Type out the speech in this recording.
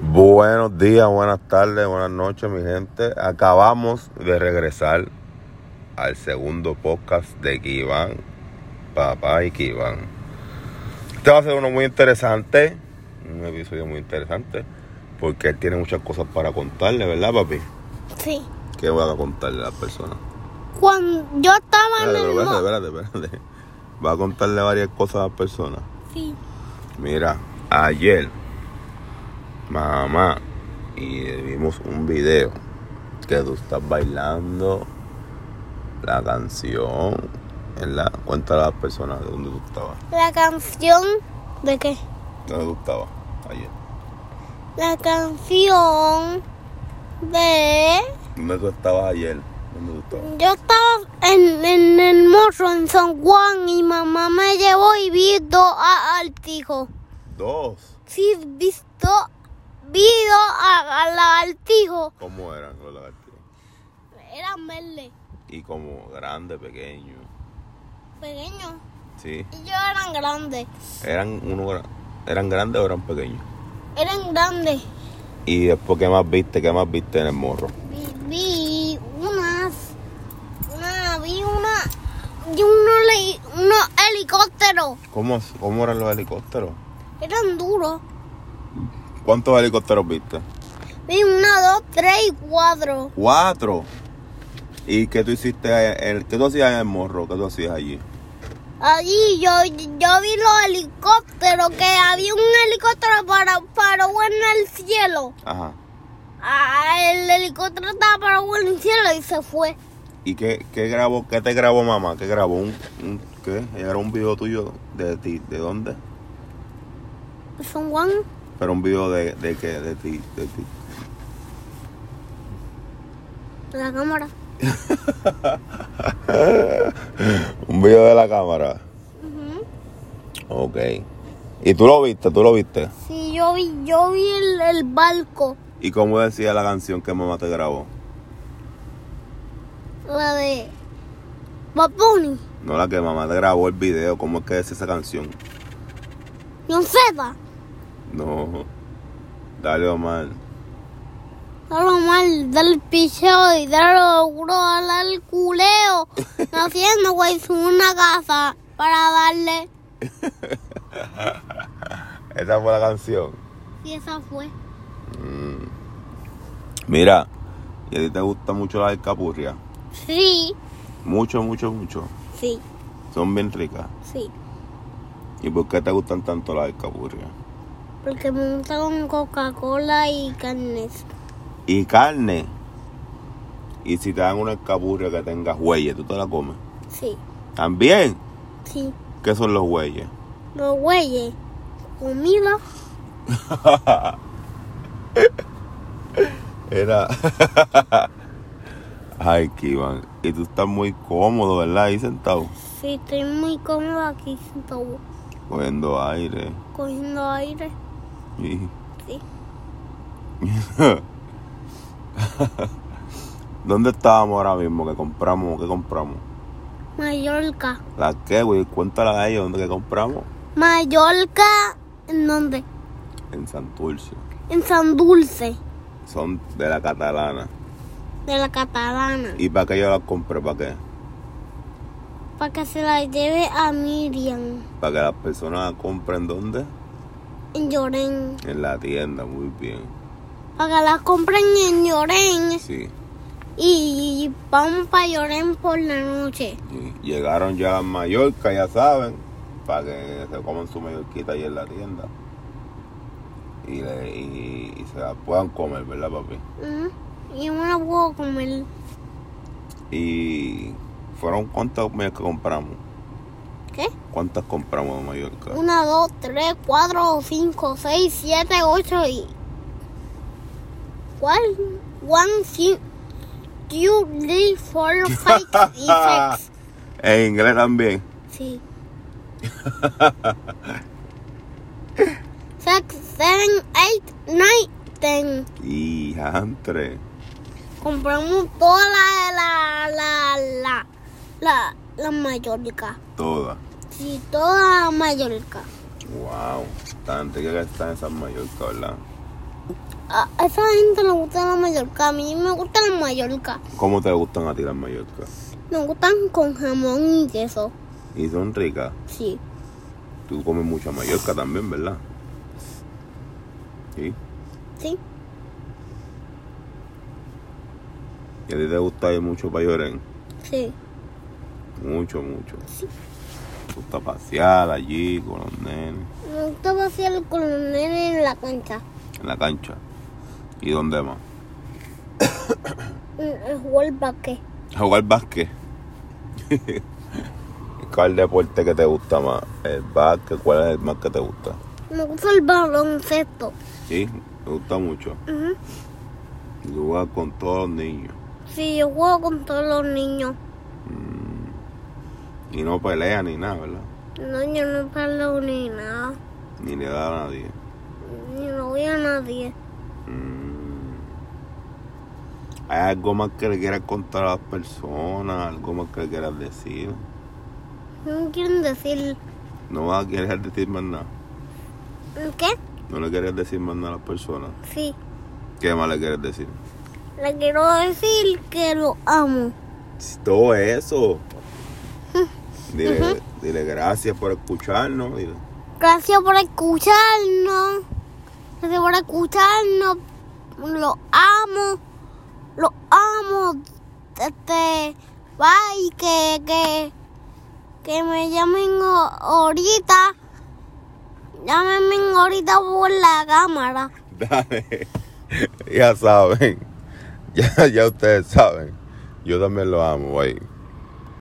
Buenos días, buenas tardes, buenas noches, mi gente. Acabamos de regresar al segundo podcast de Kivan, papá y Kivan. Este va a ser uno muy interesante, un episodio muy interesante, porque él tiene muchas cosas para contarle, ¿verdad, papi? Sí. ¿Qué va a contarle a las personas? Cuando yo estaba en Espérate, el pero mo- espérate, espérate, espérate. Va a contarle varias cosas a las personas. Sí. Mira, ayer mamá y vimos un video que tú estás bailando la canción en la cuenta a las personas de dónde tú estabas, La canción de qué? dónde tú estabas ayer, La canción de dónde tú estabas ayer, dónde tú estabas. yo estaba en, en el morro en San Juan y mamá me llevó y vi dos a- artijos. Dos, Sí, visto vi dos a, a artijos. ¿cómo eran los lagartijas? Eran verdes, Y como grande, pequeño, pequeños. sí, Y yo eran grandes. eran uno gra- eran grandes o eran pequeños. Eran grandes. Y después qué más viste, qué más viste en el morro. Vi, vi unas, una, vi una, y uno le, unos helicópteros, ¿Cómo, cómo eran los helicópteros? eran duros. ¿Cuántos helicópteros viste? Vi una, dos, tres y cuatro. Cuatro. ¿Y qué tú hiciste? El, ¿Qué tú hacías en el morro? ¿Qué tú hacías allí? Allí yo, yo vi los helicópteros, que había un helicóptero para, para en el cielo. Ajá. Ah, el helicóptero estaba para en el cielo y se fue. ¿Y qué, qué grabó? ¿Qué te grabó mamá? ¿Qué grabó? ¿Un, un qué? Era un video tuyo de ti. ¿De dónde? San Juan, Pero un video de, de qué? De ti. De ti. la cámara. Un video de la cámara. Ujú. Ok. ¿Y tú lo viste? ¿Tú lo viste? Sí, yo vi, yo vi el, el barco, ¿Y cómo decía la canción que mamá te grabó? la de Papuni. No la que mamá te grabó el video. ¿Cómo es que es esa canción? No sepa, No. Dale, Omar. dale mal, dale picheo y dale duro, dale el culeo. Haciendo, güey, su una casa para darle. Esa fue la canción. Y esa fue. Mira, ¿y a ti te gusta mucho la alcapurria? Sí, Mucho, mucho, mucho. sí, Son bien ricas. sí. ¿Y por qué te gustan tanto las alcapurrias? Porque me gusta con Coca-Cola y carnes. Y carne. Y si te dan una alcapurria que tenga huelles, tú te la comes. Sí, También. sí. ¿Qué son los huelles? Los güeyes, comida. Era. Ay, Kivan. Y tú estás muy cómodo, ¿verdad? Ahí sentado. Sí, estoy muy cómodo aquí sentado, Cogiendo aire. cogiendo aire. Y- Sí. ¿Dónde estábamos ahora mismo? que compramos? ¿Qué compramos? Mallorca. ¿La qué, güey? Cuéntala a ellos. ¿Dónde que compramos? Mallorca, ¿en dónde? En Santurce. En San Dulce, Son de la catalana. de la catalana. ¿Y para qué yo la compré? ¿Para qué? Para que se la lleve a Miriam. Para que las personas la compren ¿dónde? En Lloren. En la tienda, muy bien. Para que la compren en Lloren. Sí. Y, vamos para Lloren por la noche. sí. Llegaron ya a Mallorca, ya saben. Para que se coman su mallorquita ahí en la tienda. Y, le- y- y se la puedan comer, ¿verdad, papi? Ujú. Mm, Y yo me la puedo comer. Y fueron cuántas comidas que compramos. ¿Qué? ¿Cuántas compramos en Mallorca? Una, dos, tres, cuatro, cinco, seis, siete, ocho y. ¿Cuál? One, two, two, three, four, five y six. En inglés también. Sí. Six, seven, eight, nine, ten. Y entre. Compramos toda la, la, la, la, la, la mayólica. Todas. Sí, toda la mayólica. Wow. Tan rica que están esas Mallorca, ¿verdad? A a esa gente le gusta la Mallorca, a mí me gusta la Mallorca. ¿Cómo te gustan a ti las mallorcas? Me gustan con jamón y queso, Y son ricas. sí. Tú comes mucha mallorca también, ¿verdad? ¿Sí? Sí, ¿Y a ti te gusta ir mucho para llorar? sí. Mucho, mucho. Te gusta pasear allí con los nenes, Me gusta pasear con los nenes en la cancha, en la cancha. ¿Y dónde más? mm, jugar basquet, A jugar básquet. ¿Cuál deporte que te gusta más? ¿El básquet? ¿Cuál es el más que te gusta? me gusta el baloncesto. Sí, me gusta mucho. Ujú. Y Jugar con todos los niños. Sí, yo juego con todos los niños. Mm. Y no pelea ni nada, ¿verdad? No, yo no peleo ni nada. Ni le da a nadie. Yo no voy a nadie. Mm. ¿Hay algo más que le quieras contar a las personas? ¿Algo más que le quieras decir? No quieren decir. No vas a querer decir más nada. ¿Qué? No le quieres decir más nada a las personas. Sí. ¿Qué más le quieres decir? Le quiero decir que lo amo. Todo eso. Dile, dile gracias por escucharnos. dile. Gracias por escucharnos. Gracias por escucharnos. Lo amo. Lo amo. Este. Bye. Que. Que, que me llamen o- ahorita. Llámenme ahorita por la cámara. Dale. ya saben. Ya, ya ustedes saben. Yo también lo amo, güey.